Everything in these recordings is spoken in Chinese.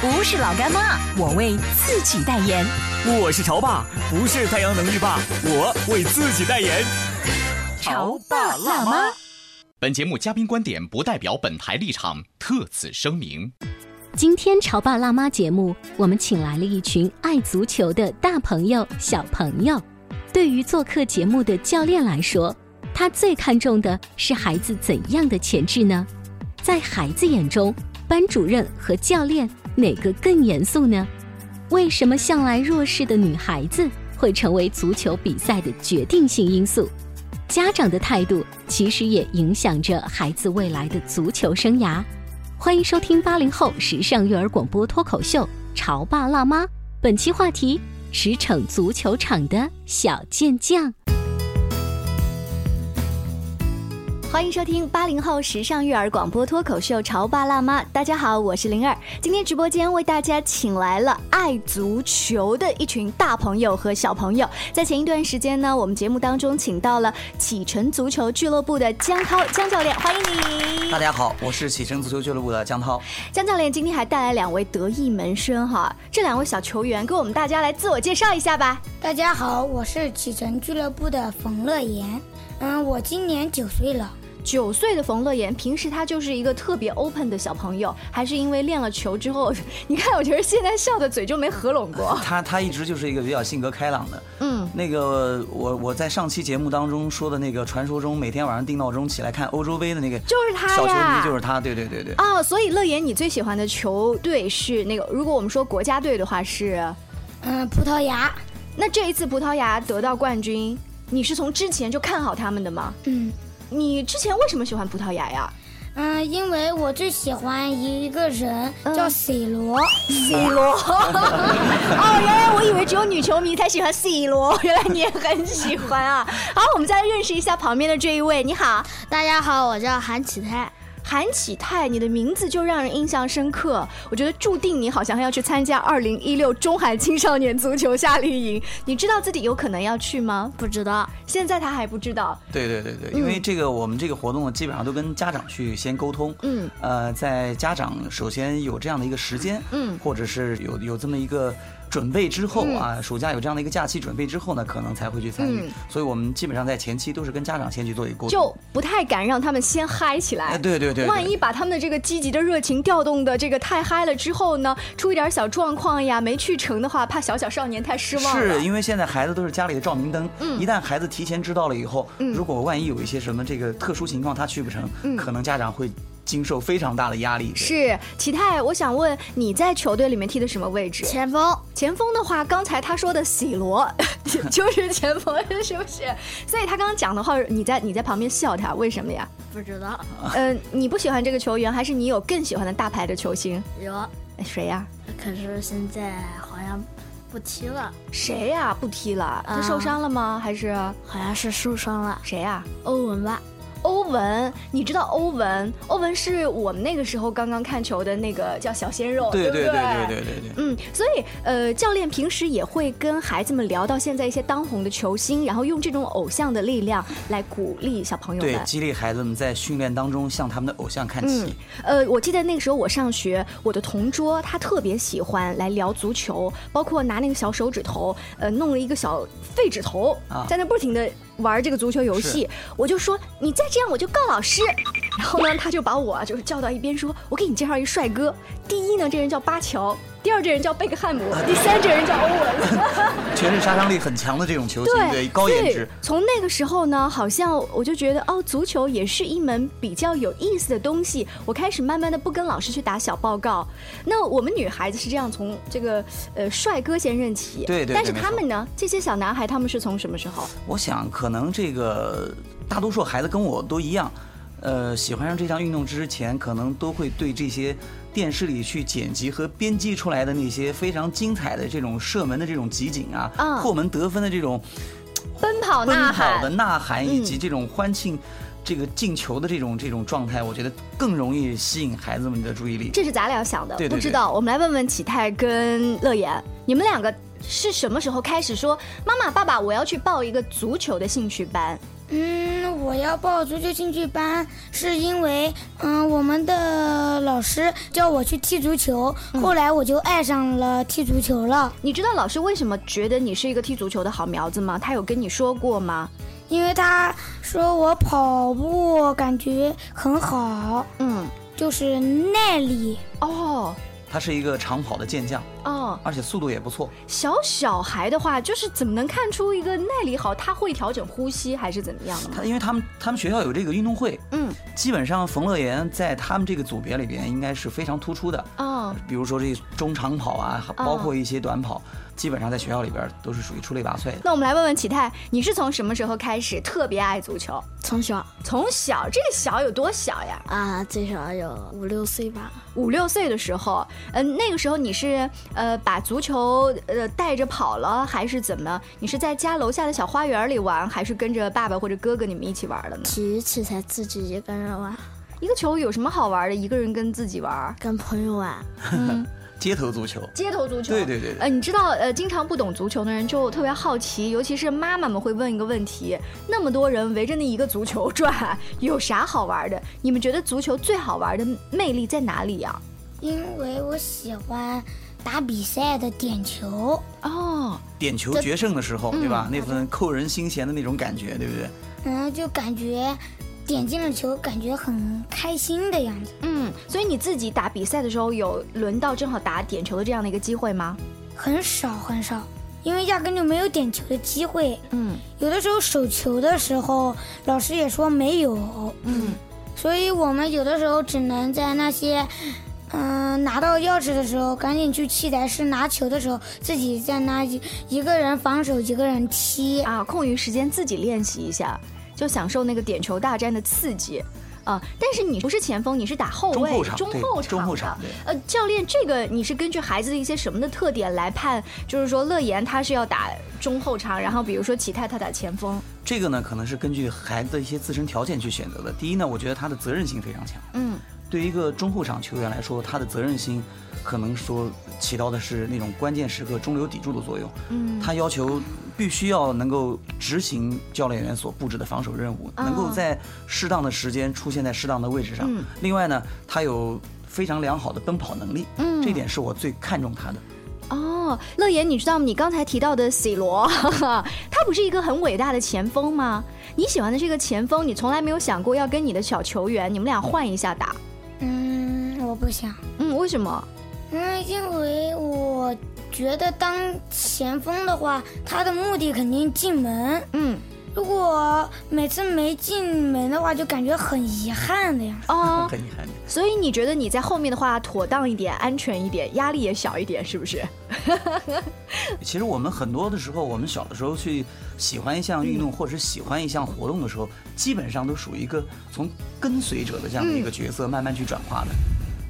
不是老干妈，我为自己代言。我是潮爸，不是太阳能浴霸，我为自己代言。潮爸辣妈。本节目嘉宾观点不代表本台立场，特此声明。今天《潮爸辣妈》节目，我们请来了一群爱足球的大朋友、小朋友。对于做客节目的教练来说，他最看重的是孩子怎样的潜质呢？在孩子眼中，班主任和教练哪个更严肃呢？为什么向来弱势的女孩子会成为足球比赛的决定性因素？家长的态度其实也影响着孩子未来的足球生涯。欢迎收听八零后时尚育儿广播脱口秀《潮爸辣妈》，本期话题：驰骋足球场的小健将。欢迎收听八零后时尚育儿广播脱口秀《潮爸辣妈》。大家好，我是灵儿。今天直播间为大家请来了爱足球的一群大朋友和小朋友。在前一段时间呢，我们节目当中请到了启辰足球俱乐部的江涛江教练，欢迎你。大家好，我是启辰足球俱乐部的江涛。江教练今天还带来两位得意门生哈，这两位小球员给我们大家来自我介绍一下吧。大家好，我是启辰俱乐部的冯乐言，嗯，我今年九岁了，九岁的冯乐言，平时他就是一个特别 open 的小朋友，还是因为练了球之后，你看，我觉得现在笑的嘴就没合拢过。他他一直就是一个比较性格开朗的。嗯，那个我我在上期节目当中说的那个传说中每天晚上定闹钟起来看欧洲杯的那个，就是他呀小球迷就是他，对对对对。哦，所以乐言，你最喜欢的球队是那个？如果我们说国家队的话是，嗯，葡萄牙，那这一次葡萄牙得到冠军，你是从之前就看好他们的吗？嗯你之前为什么喜欢葡萄牙呀？嗯，因为我最喜欢一个人叫 C 罗， C 罗， 哦，原来我以为只有女球迷才喜欢 C 罗，原来你也很喜欢 啊。好，我们再认识一下旁边的这一位，你好，大家好，我叫韩启泰，韩启泰，你的名字就让人印象深刻，我觉得注定你好像要去参加2016中韩青少年足球夏令营，你知道自己有可能要去吗？不知道，现在他还不知道，对对对嗯对，因为这个我们这个活动呢，基本上都跟家长去先沟通。嗯，呃，在家长首先有这样的一个时间，嗯或者是有有这么一个准备之后啊，暑假有这样的一个假期准备之后呢，可能才会去参与。嗯所以我们基本上在前期都是跟家长先去做一个沟通。就不太敢让他们先嗨起来。哎，对对对对万一把他们的这个积极的热情调动的这个太嗨了之后呢，出一点小状况呀，没去成的话，怕小小少年太失望了。嗯是因为现在孩子都是家里的照明灯，一旦孩子提前知道了以后，如果万一有一些什么这个特殊情况他去不成，嗯可能家长会经受非常大的压力。是齐泰，我想问你在球队里面踢的什么位置？前锋，前锋的话，刚才他说的 C 罗 就是前锋，是不是？所以他刚刚讲的话，你在你在旁边笑他，为什么呀？不知道，嗯、你不喜欢这个球员，还是你有更喜欢的大牌的球星？有，哎谁呀、可是现在好像不踢了，谁呀、不踢了？他啊受伤了吗？还是嗯好像是受伤了，谁呀、欧文吧，欧文，你知道欧文？欧文是我们那个时候刚刚看球的那个叫小鲜肉，对不对对对对对对。嗯，所以呃，教练平时也会跟孩子们聊到现在一些当红的球星，然后用这种偶像的力量来鼓励小朋友对们，。激励孩子们在训练当中向他们的偶像看齐。呃，我记得那个时候我上学，我的同桌他特别喜欢来聊足球，包括拿那个小手指头，呃，弄了一个小废纸头，啊在那不停的玩这个足球游戏。我就说你再这样我就告老师。然后呢，他就把我就是叫到一边说，我给你介绍一帅哥。第一呢，这人叫巴乔，第二这人叫贝克汉姆，第三这人叫欧文。全是杀伤力很强的这种球星，对高所颜以值。从那个时候呢，好像我就觉得哦，足球也是一门比较有意思的东西。我开始慢慢的不跟老师去打小报告。那我们女孩子是这样从这个呃帅哥先认起，对对对但是没他错们呢，这些小男孩他们是从什么时候？我想可能这个大多数孩子跟我都一样，呃，喜欢上这项运动之前，可能都会对这些电视里去剪辑和编辑出来的那些非常精彩的这种射门的这种集锦啊，嗯后门得分的这种奔跑奔呐跑喊的呐喊，以及这种欢庆。这个进球的这种这种状态，我觉得更容易吸引孩子们的注意力。这是咱俩想的，对对不知道。我们来问问启泰跟乐言，你们两个是什么时候开始说妈妈、爸爸，我要去报一个足球的兴趣班？嗯，我要报足球兴趣班，是因为嗯，我们的老师叫我去踢足球，后来我就爱上了踢足球了，你知道老师为什么觉得你是一个踢足球的好苗子吗？他有跟你说过吗？因为他说我跑步感觉很好，嗯，就是耐力。哦他是一个长跑的健将，哦，而且速度也不错。小小孩的话，就是怎么能看出一个耐力好？他会调整呼吸还是怎么样的吗他？因为他们他们学校有这个运动会，嗯，基本上冯乐言在他们这个组别里边应该是非常突出的，哦，比如说这中长跑啊，哦包括一些短跑，基本上在学校里边都是属于出类拔萃的。那我们来问问启泰，你是从什么时候开始特别爱足球？从小从小，这个小有多小呀？啊，最少有五六岁吧。五六岁的时候，嗯、那个时候你是呃把足球呃带着跑了，还是怎么？你是在家楼下的小花园里玩，还是跟着爸爸或者哥哥你们一起玩的呢？体育器材自己一个人玩，一个球有什么好玩的？一个人跟自己玩，跟朋友玩，嗯街头足球，街头足球。对对对对，呃，你知道，呃，经常不懂足球的人就特别好奇，尤其是妈妈们会问一个问题：那么多人围着那一个足球转，有啥好玩的？你们觉得足球最好玩的魅力在哪里啊呀、因为我喜欢打比赛的点球，哦，点球决胜的时候，嗯对吧？那份扣人心弦的那种感觉，对不对？嗯，就感觉点进了球，感觉很开心的样子。嗯，所以你自己打比赛的时候，有轮到正好打点球的这样的一个机会吗？很少很少，因为压根就没有点球的机会。嗯，有的时候手球的时候，老师也说没有。嗯，所以我们有的时候只能在那些，嗯、拿到钥匙的时候，赶紧去器材室拿球的时候，自己在那一一个人防守，一个人踢。啊，空余时间自己练习一下，就享受那个点球大战的刺激。啊、但是你不是前锋，你是打后中卫，后场对后中后场的对呃，教练，这个你是根据孩子的一些什么的特点来判？就是说，乐言他是要打中后场，然后比如说启泰他打前锋。这个呢，可能是根据孩子的一些自身条件去选择的。第一呢，我觉得他的责任心非常强。嗯，对于一个中后场球员来说，他的责任心可能说起到的是那种关键时刻中流砥柱的作用。嗯，他要求必须要能够执行教练员所布置的防守任务，能够在适当的时间出现在适当的位置上。嗯另外呢，他有非常良好的奔跑能力，嗯，这点是我最看重他的。哦，乐言，你知道吗？你刚才提到的 C 罗， 哈哈，他不是一个很伟大的前锋吗？你喜欢的这个前锋，你从来没有想过要跟你的小球员，你们俩换一下打。嗯，我不想。嗯，为什么？嗯，因为我觉得当前锋的话，他的目的肯定进门。嗯，如果每次没进门的话，就感觉很遗憾的呀。 哦，很遗憾，所以你觉得你在后面的话妥当一点、安全一点，压力也小一点，是不是？其实我们很多的时候，我们小的时候去喜欢一项运动或者是喜欢一项活动的时候，基本上都属于一个从跟随者的这样的一个角色慢慢去转化的。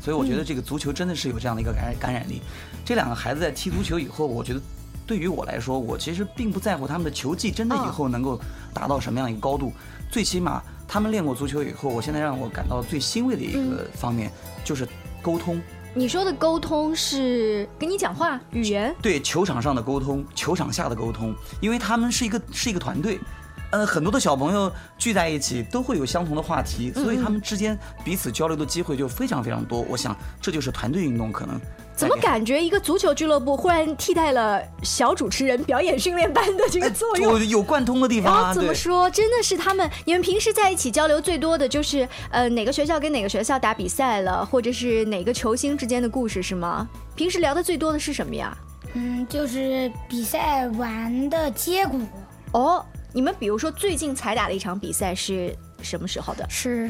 所以我觉得这个足球真的是有这样的一个感染感染力。这两个孩子在踢足球以后，我觉得对于我来说，我其实并不在乎他们的球技真的以后能够达到什么样一个高度，最起码他们练过足球以后，我现在让我感到最欣慰的一个方面就是沟通。你说的沟通是跟你讲话、语言，对球场上的沟通，球场下的沟通，因为他们是一个是一个团队，呃，很多的小朋友聚在一起都会有相同的话题，所以他嗯们之间彼此交流的机会就非常非常多。我想这就是团队运动可能怎么带给感觉一个足球俱乐部忽然替代了小主持人表演训练班的这个作用？哎有有贯通的地然方后啊，怎么对。说？真的是他们，你们平时在一起交流最多的就是，呃，哪个学校跟哪个学校打比赛了，或者是哪个球星之间的故事是吗？平时聊的最多的是什么呀？嗯，就是比赛完的结果，哦，你们比如说最近才打的一场比赛是什么时候的？是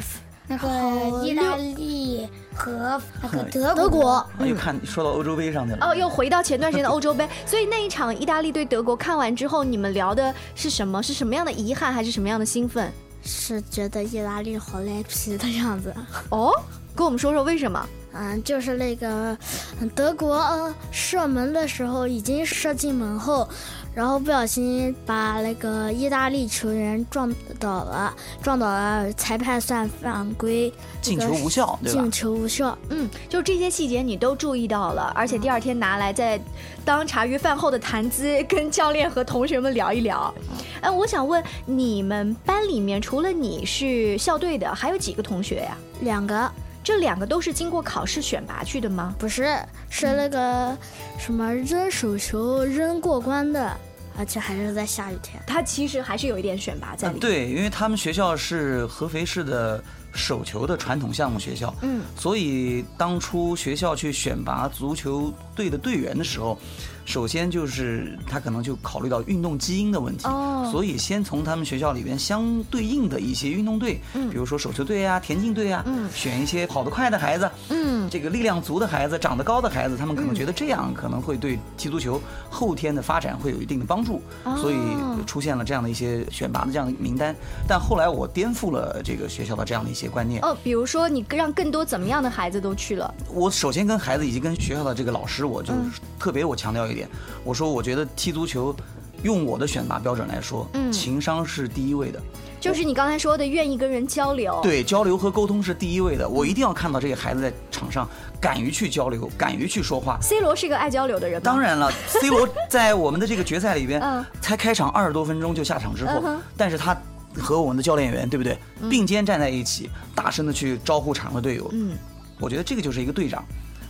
那个意大利和那个德德国，哎呦，看说到欧洲杯上去了。嗯哦，又回到前段时间的欧洲杯，所以那一场意大利对德国看完之后，你们聊的是什么？是什么样的遗憾，还是什么样的兴奋？是觉得意大利好赖皮的样子。哦，跟我们说说为什么？嗯，就是那个嗯德国、呃射门的时候已经射进门后，然后不小心把那个意大利球员撞倒了，撞倒了，裁判算犯规，进球无效，对吧进？球无效。嗯，就这些细节你都注意到了，而嗯且第二天拿来再当茶余饭后的谈资，跟教练和同学们聊一聊。嗯，我想问你们班里面除了你是校队的，还有几个同学呀、两个这两个都是经过考试选拔去的吗？不是是那个什么扔手球扔过关的，而且还是在下雨天。他其实还是有一点选拔在啊里面。对，因为他们学校是合肥市的手球的传统项目学校，嗯，所以当初学校去选拔足球队的队员的时候，首先就是他可能就考虑到运动基因的问题，哦所以先从他们学校里边相对应的一些运动队，比如说手球队啊、田径队啊，嗯选一些跑得快的孩子，嗯，这个力量足的孩子、长得高的孩子，他们可能觉得这样可能会对踢足球后天的发展会有一定的帮助，哦所以出现了这样的一些选拔的这样的名单。但后来我颠覆了这个学校的这样的一些观念。哦，比如说你让更多怎么样的孩子都去了，我首先跟孩子以及跟学校的这个老师，我就嗯特别我强调一点，我说我觉得踢足球，用我的选拔标准来说，嗯哦情商是第一位的。就是你刚才说的愿意跟人交流。。对，交流和沟通是第一位的。我嗯一定要看到这个孩子在场上敢于去交流，敢于去说话， C 罗是个爱交流的人吗？当，然了，C 罗在我们的这个决赛里边嗯，才开场二十多分钟就下场之后嗯哼，但是他和我们的教练员，对不对，并肩站在一起，大声的去招呼场上的队友。嗯，我觉得这个就是一个队长，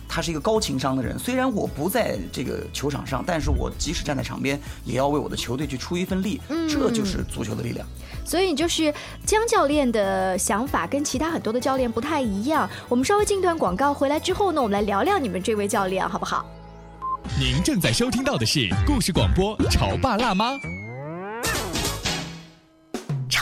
他是一个高情商的人。虽然我不在这个球场上，但是我即使站在场边，也要为我的球队去出一份力。嗯这就是足球的力量。所以就是江教练的想法跟其他很多的教练不太一样。我们稍微进段广告，回来之后呢，我们来聊聊你们这位教练好不好？您正在收听到的是故事广播《潮爸辣妈》。 《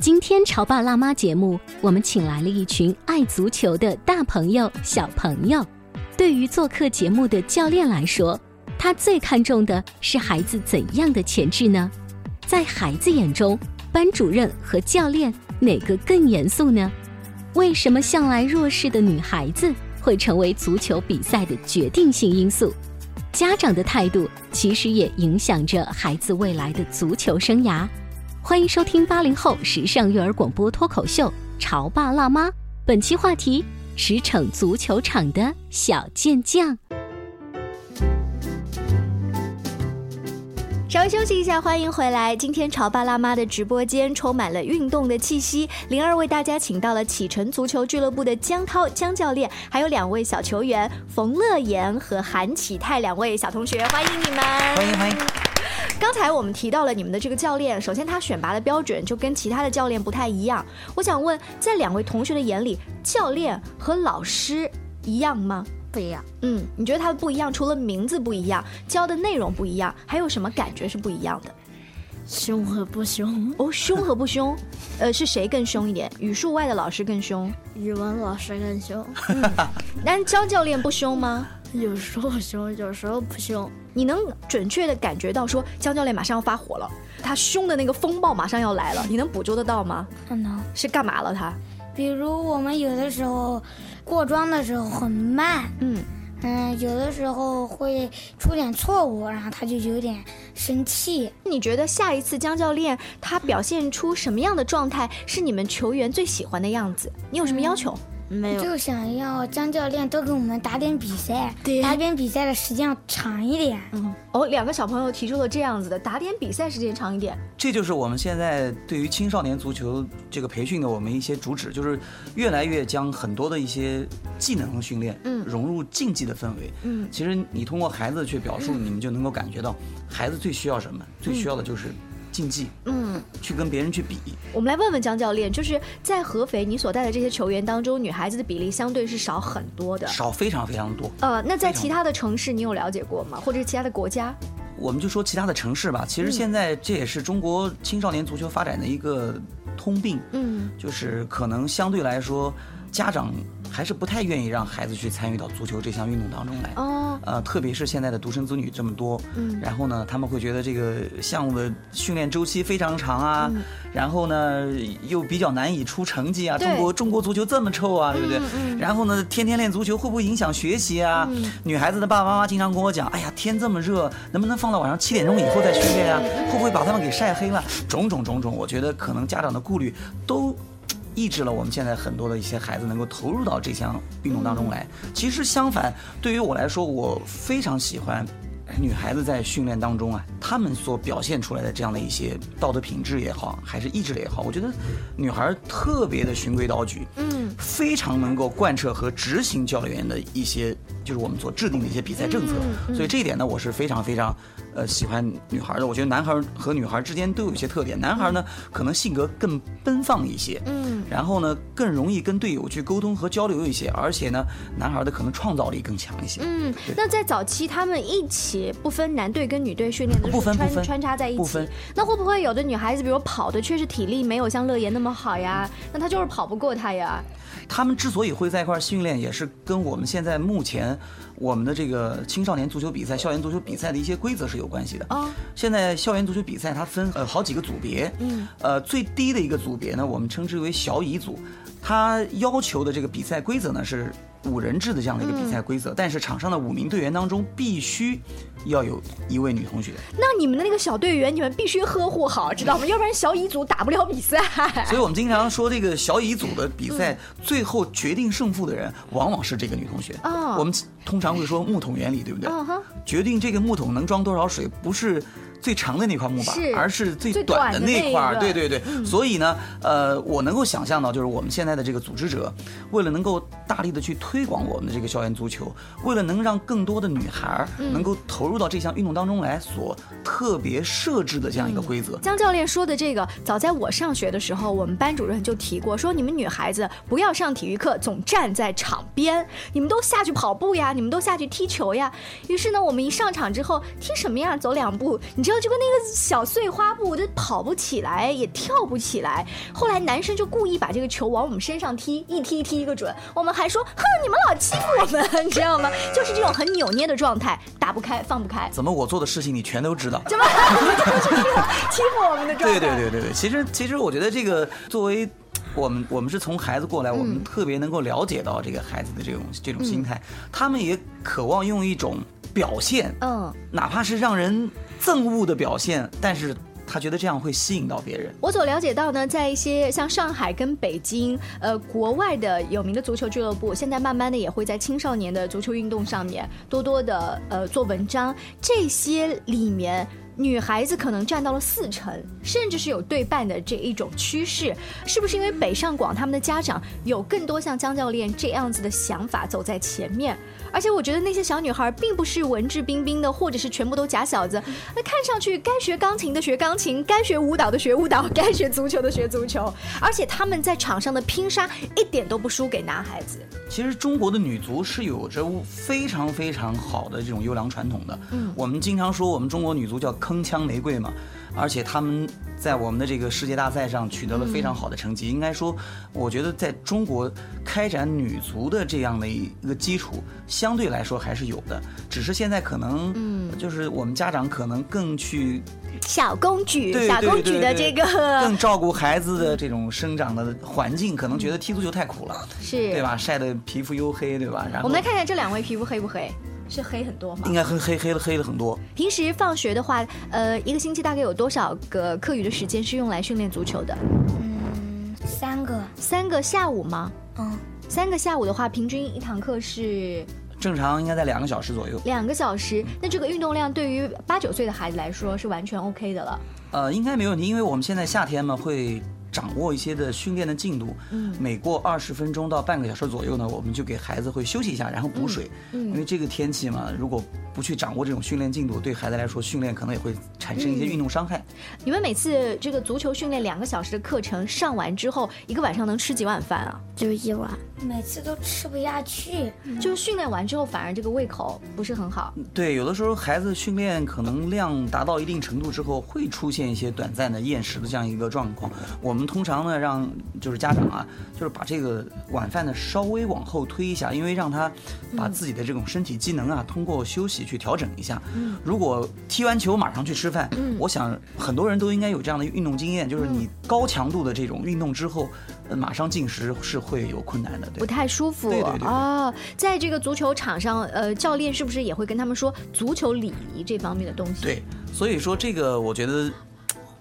今天《潮爸辣妈》节目，我们请来了一群爱足球的大朋友、小朋友。对于做客节目的教练来说，他最看重的是孩子怎样的潜质呢？在孩子眼中，班主任和教练哪个更严肃呢？为什么向来弱势的女孩子会成为足球比赛的决定性因素？家长的态度其实也影响着孩子未来的足球生涯。欢迎收听八零后时尚育儿广播脱口秀《潮爸辣妈》，本期话题：驰骋足球场的小健将。稍微休息一下，欢迎回来。今天潮爸辣妈的直播间充满了运动的气息。灵儿为大家请到了启辰足球俱乐部的江涛江教练，还有两位小球员冯乐言和韩启泰两位小同学，欢迎你们。欢迎欢迎。刚刚才我们提到了你们的这个教练，首先他选拔的标准就跟其他的教练不太一样。我想问，在两位同学的眼里，教练和老师一样吗？不一样。嗯，你觉得他不一样，除了名字不一样，教的内容不一样，还有什么感觉是不一样的？凶和不凶？哦，凶和不凶？呃，是谁更凶一点？语数外的老师更凶，语文老师更凶。但教教练不凶吗？有时候凶，有时候不凶。你能准确的感觉到说江教练马上要发火了，他凶的那个风暴马上要来了，你能捕捉得到吗？看到是干嘛了他？嗯比如我们有的时候过桩的时候很慢，嗯嗯，有的时候会出点错误，然后他就有点生气。你觉得下一次江教练他表现出什么样的状态是你们球员最喜欢的样子？你有什么要求？没有，就想要江教练多给我们打点比赛，打点比赛的时间要长一点。嗯，哦，两个小朋友提出了这样子的打点比赛时间长一点。这就是我们现在对于青少年足球这个培训的我们一些主旨，就是越来越将很多的一些技能和训练，嗯融入竞技的氛围。嗯其实你通过孩子去表述，嗯你们就能够感觉到孩子最需要什么，最需要的就是竞技，嗯，去跟别人去比。我们来问问江教练，就是在合肥你所带的这些球员当中，女孩子的比例相对是少很多的。少非常非常多。呃，那在非常其他的城市你有了解过吗？或者是其他的国家？我们就说其他的城市吧，其实嗯现在这也是中国青少年足球发展的一个通病，嗯就是可能相对来说，家长还是不太愿意让孩子去参与到足球这项运动当中来。哦，呃，特别是现在的独生子女这么多，嗯然后呢，他们会觉得这个项目的训练周期非常长啊，嗯然后呢又比较难以出成绩啊。对中国中国足球这么臭啊，对不对？嗯然后呢，天天练足球会不会影响学习啊？嗯女孩子的爸爸妈妈经常跟我讲，哎呀，天这么热，能不能放到晚上七点钟以后再训练嗯啊？会不会把他们给晒黑了？种种种种，我觉得可能家长的顾虑都。抑制了我们现在很多的一些孩子能够投入到这项运动当中来。嗯其实相反，对于我来说，我非常喜欢女孩子在训练当中啊，她们所表现出来的这样的一些道德品质也好，还是意志力也好，我觉得女孩特别的循规蹈矩，嗯非常能够贯彻和执行教练员的一些，就是我们所制定的一些比赛政策。嗯嗯所以这一点呢，我是非常非常，呃，喜欢女孩的。我觉得男孩和女孩之间都有一些特点，男孩呢可能性格更奔放一些，嗯然后呢更容易跟队友去沟通和交流一些，而且呢男孩的可能创造力更强一些。嗯，那在早期他们一起不分男队跟女队训练的时候，不分穿不分穿插在一不起分，那会不会有的女孩子，比如跑的确实体力没有像乐言那么好呀，那她就是跑不过他呀？他们之所以会在一块儿训练，也是跟我们现在目前我们的这个青少年足球比赛、校园足球比赛的一些规则是有关系的。啊，现在校园足球比赛它分呃好几个组别，嗯，呃最低的一个组别呢，我们称之为小乙组，它要求的这个比赛规则呢是五人制的这样的一个比赛规则，但是场上的五名队员当中必须要有一位女同学。那你们的那个小队员，你们必须呵护好，知道吗？要不然小乙组打不了比赛。所以我们经常说，这个小乙组的比嗯赛最后决定胜负的人，往往是这个女同学。哦我们通常会说木桶原理，对不对？嗯哼，决定这个木桶能装多少水，不是最长的那块木板是，而是最最短短的那那一嗯块儿。个对对对，所以呢，呃，我能够想象到，就是我们现在的这个组织者，为了能够大力的去推广我们的这个校园足球，为了能让更多的女孩儿嗯能够投入到这项运动当中来，所特别设置的这嗯样一个规则。江教练说的这个，早在我上学的时候，我们班主任就提过，说你们女孩子不要上体育课总站在场边，你们都下去跑步呀，你们都下去踢球呀。于是呢，我们一上场之后，踢什么呀？走两步，你知道，就跟那个小碎花步，我就跑不起来，也跳不起来。后来男生就故意把这个球往我们身上踢，一踢踢一个准。我们还说，哼，你们老欺负我们，你知道吗？就是这种很扭捏的状态，打不开，放不开，怎么我做的事情你全都知道？怎么就是这种欺负我们的状对态？对对对对，其实其实我觉得这个作为。我们我们是从孩子过来，我们特别能够了解到这个孩子的这种这种心态，他们也渴望用一种表现，嗯，哪怕是让人憎恶的表现，但是他觉得这样会吸引到别人。我所了解到呢，在一些像上海跟北京，呃，国外的有名的足球俱乐部，现在慢慢的也会在青少年的足球运动上面多多的呃做文章。这些里面女孩子可能占到了四成，甚至是有对半的这一种趋势，是不是因为北上广他们的家长有更多像江教练这样子的想法走在前面？而且我觉得那些小女孩并不是文质彬彬的，或者是全部都假小嗯子，那看上去该学钢琴的学钢琴，该学舞蹈的学舞蹈，该学足球的学足球，而且他们在场上的拼杀一点都不输给男孩子。其实中国的女足是有着非常非常好的这种优良传统的。嗯我们经常说我们中国女足叫铿锵玫瑰嘛，而且她们在我们的这个世界大赛上取得了非常好的成嗯绩。应该说，我觉得在中国开展女足的这样的一个基础，相对来说还是有的。只是现在可能，嗯就是我们家长可能更去小公举，对小对公对举的这对个嗯更照顾孩子的这种生长的环境，可能觉得踢足球太苦了，是对吧？晒得皮肤黝黑，对吧？然我后们来看看这两位皮肤黑不黑，是黑很多吗？应该黑黑黑了黑了很多。平时放学的话，呃，一个星期大概有多少个课余的时间是用来训练足球的？三个，三个下午吗？嗯，三个下午的话，平均一堂课是正常应该在两个小时左右。两个小时。那这个运动量对于八九岁的孩子来说是完全 OK 的了。呃，应该没问题，因为我们现在夏天嘛，会掌握一些的训练的进度。嗯每过二十分钟到半个小时左右呢，我们就给孩子会休息一下，然后补水。嗯嗯因为这个天气嘛，如果不去掌握这种训练进度，对孩子来说，训练可能也会产生一些嗯运动伤害。你们每次这个足球训练两个小时的课程上完之后，一个晚上能吃几碗饭啊？就一碗。每次都吃不下去。就是训练完之后，反而这个胃口不是很好。嗯对，有的时候孩子训练可能量达到一定程度之后，会出现一些短暂的厌食的这样一个状况。我们通常呢，让就是家长啊，就是把这个晚饭呢稍微往后推一下，因为让他嗯把自己的这种身体机能啊，通过休息去调整一下。嗯如果踢完球马上去吃饭，嗯我想很多人都应该有这样的运动经验，就是你高强度的这种运动之后，呃马上进食是会有困难的。不对，太舒服对对对对哦，在这个足球场上，呃，教练是不是也会跟他们说足球礼仪这方面的东西？对，所以说这个我觉得。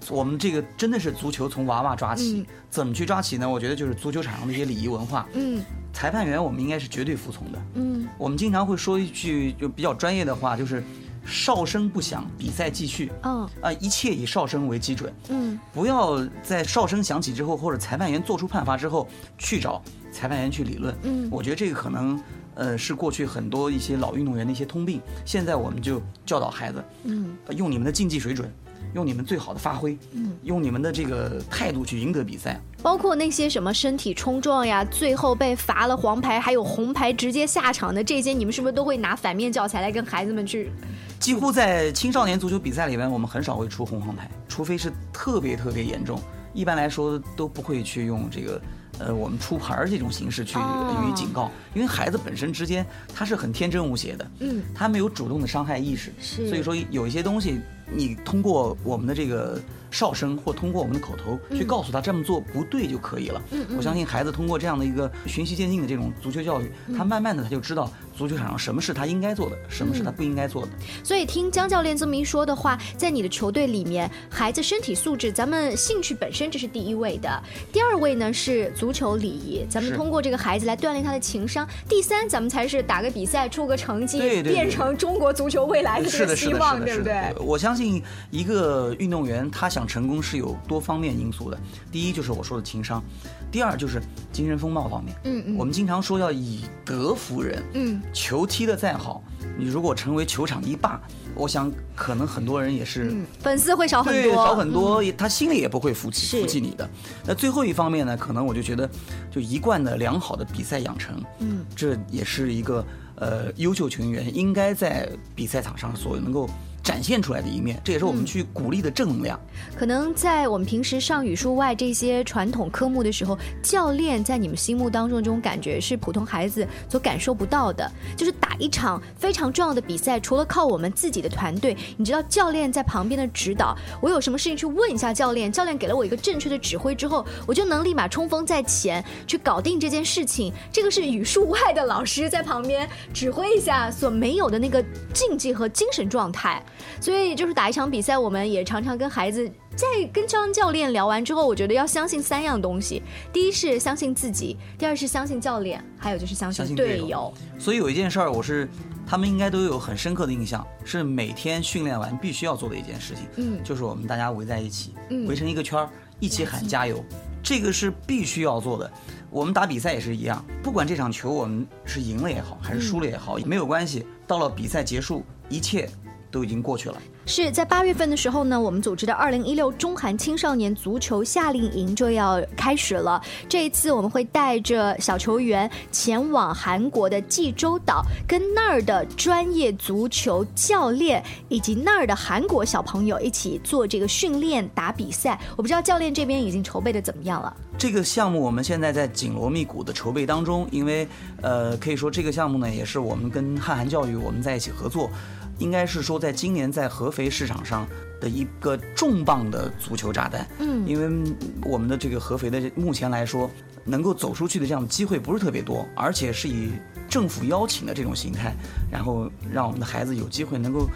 我们这个真的是足球从娃娃抓起，嗯怎么去抓起呢？我觉得就是足球场上的一些礼仪文化，嗯裁判员我们应该是绝对服从的。嗯我们经常会说一句就比较专业的话，就是哨声不响，比赛继续。嗯啊，一切以哨声为基准，嗯不要在哨声响起之后，或者裁判员做出判罚之后去找裁判员去理论。嗯我觉得这个可能，呃，是过去很多一些老运动员的一些通病。现在我们就教导孩子，嗯呃用你们的竞技水准，用你们最好的发挥，嗯，用你们的这个态度去赢得比赛。包括那些什么身体冲撞呀，最后被罚了黄牌，还有红牌直接下场的这些，你们是不是都会拿反面教材来跟孩子们去？几乎在青少年足球比赛里面，我们很少会出红黄牌，除非是特别特别严重，一般来说都不会去用这个。呃，我们出牌儿这种形式去哦予以警告，因为孩子本身之间他是很天真无邪的，嗯，他没有主动的伤害意识，是所以说有一些东西，你通过我们的这个哨声或通过我们的口头去嗯告诉他这么做不对就可以了。嗯嗯我相信孩子通过这样的一个循序渐进的这种足球教育，他嗯慢慢的他就知道足球场上什么是他应该做的，什么是他不应该做的。所以听江教练这么一说的话，在你的球队里面，孩子身体素质，咱们兴趣本身这是第一位的，第二位呢是足球礼仪，咱们是通过这个孩子来锻炼他的情商，第三咱们才是打个比赛出个成绩，对对对变成中国足球未来的这是个的，是希的，望，是的，对是不对的。？我相信一个运动员他想成功是有多方面因素的。第一就是我说的情商，第二就是精神风貌方面。嗯嗯我们经常说要以德服人。嗯，球踢得再好，你如果成为球场一霸，我想可能很多人也是。粉丝会少很对，多，少很嗯多，也他心里也不会服是气服气你的。那最后一方面呢，可能我就觉得，就一贯的良好的比赛养成，嗯，这也是一个呃优秀球员应该在比赛场上所能够展现出来的一面，这也是我嗯们去鼓励的正能量。可能在我们平时上语数外这些传统科目的时候，教练在你们心目当中这种感觉是普通孩子所感受不到的。就是打一场非常重要的比赛，除了靠我们自己的团队，你知道教练在旁边的指导，我有什么事情去问一下教练，教练给了我一个正确的指挥之后，我就能立马冲锋在前去搞定这件事情。这个是语数外的老师在旁边指挥一下所没有的那个竞技和精神状态。所以就是打一场比赛，我们也常常跟孩子在跟张教练聊完之后，我觉得要相信三样东西：第一是相信自己，第二是相信教练，还有就是相相信信队队友。所以有一件事儿，我是他们应该都有很深刻的印象，是每天训练完必须要做的一件事情。嗯就是我们大家围在一起，嗯围成一个圈儿，一起喊加油，这个是必须要做的。我们打比赛也是一样，不管这场球我们是赢了也好，还是输了也好，没有关系。到了比赛结束，一切都已经过去了。是在八月份的时候呢，我们组织的二零一六中韩青少年足球夏令营就要开始了。这一次我们会带着小球员前往韩国的济州岛，跟那儿的专业足球教练以及那儿的韩国小朋友一起做这个训练打比赛。我不知道教练这边已经筹备的怎么样了。这个项目我们现在在紧锣密鼓的筹备当中，因为呃，可以说这个项目呢，也是我们跟汉韩教育我们在一起合作，应该是说在今年在合肥市场上的一个重磅的足球炸弹。嗯因为我们的这个合肥的这目前来说，能够走出去的这样的机会不是特别多，而且是以政府邀请的这种形态，然后让我们的孩子有机会能够。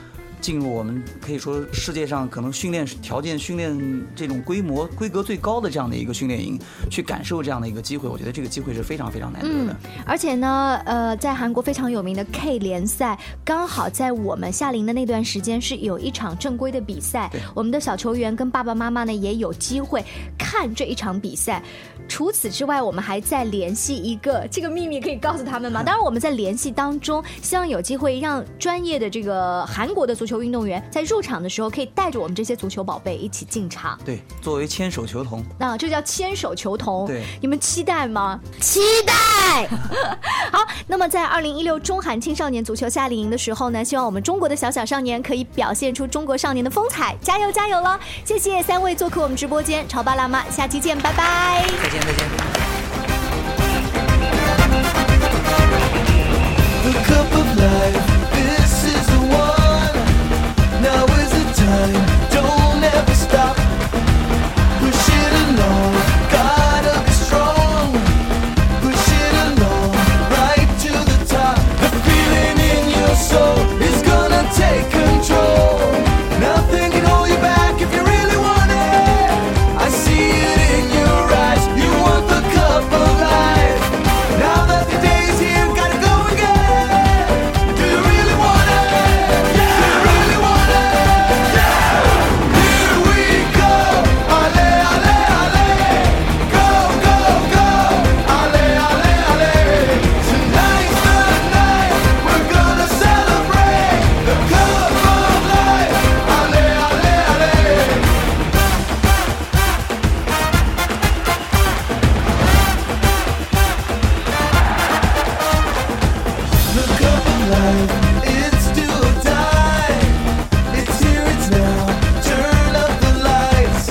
进入我们可以说世界上可能训练条件、训练这种规模、规格最高的这样的一个训练营，去感受这样的一个机会，我觉得这个机会是非常非常难得的。而且呢，呃，在韩国非常有名的 K 联赛，刚好在我们夏令的那段时间是有一场正规的比赛，我们的小球员跟爸爸妈妈呢也有机会看这一场比赛。除此之外，我们还在联系一个这个秘密，可以告诉他们吗？当然，我们在联系当中，希望有机会让专业的这个韩国的足球运动员在入场的时候，可以带着我们这些足球宝贝一起进场。对，作为牵手球童，那、啊这叫牵手球童。对你们期待吗？期待。 好，那么在二零一六中韩青少年足球夏令营的时候呢，希望我们中国的小小少年可以表现出中国少年的风采，加油加油了！谢谢三位做客我们直播间，潮爸辣妈，下期见，拜拜。再见，再见。 The cup of life, this is the one. Now is the time, don't ever stop. Push it along, gotta be strong. Push it along, right to the top. The feeling in your soul is gonna take control. Nothing can hold you back if you really want it. I see it in your eyes. You want the cup of life. Now that the day is here, gotta go and get it. Do you really want it? Do you really want it? Here we go, ale ale ale. Go go go, ale ale ale. Tonight's the night we're gonna celebrate the cup of life. Ale ale ale. The cup of life, it's do or die. It's here, it's now. Turn up the lights.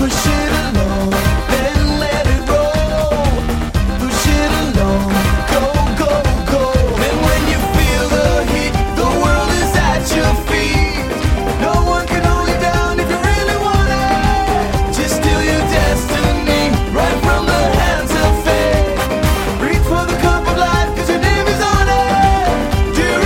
Push it along, then let it roll. Push it along, go, go, go. And when you feel the heat, the world is at your feet. No one can hold you down if you really want it. Just steal your destiny right from the hands of fate. Reach for the cup of life, 'cause your name is on it. Do you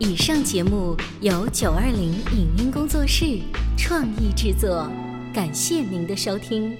以上节目由九二零影音工作室创意制作，感谢您的收听。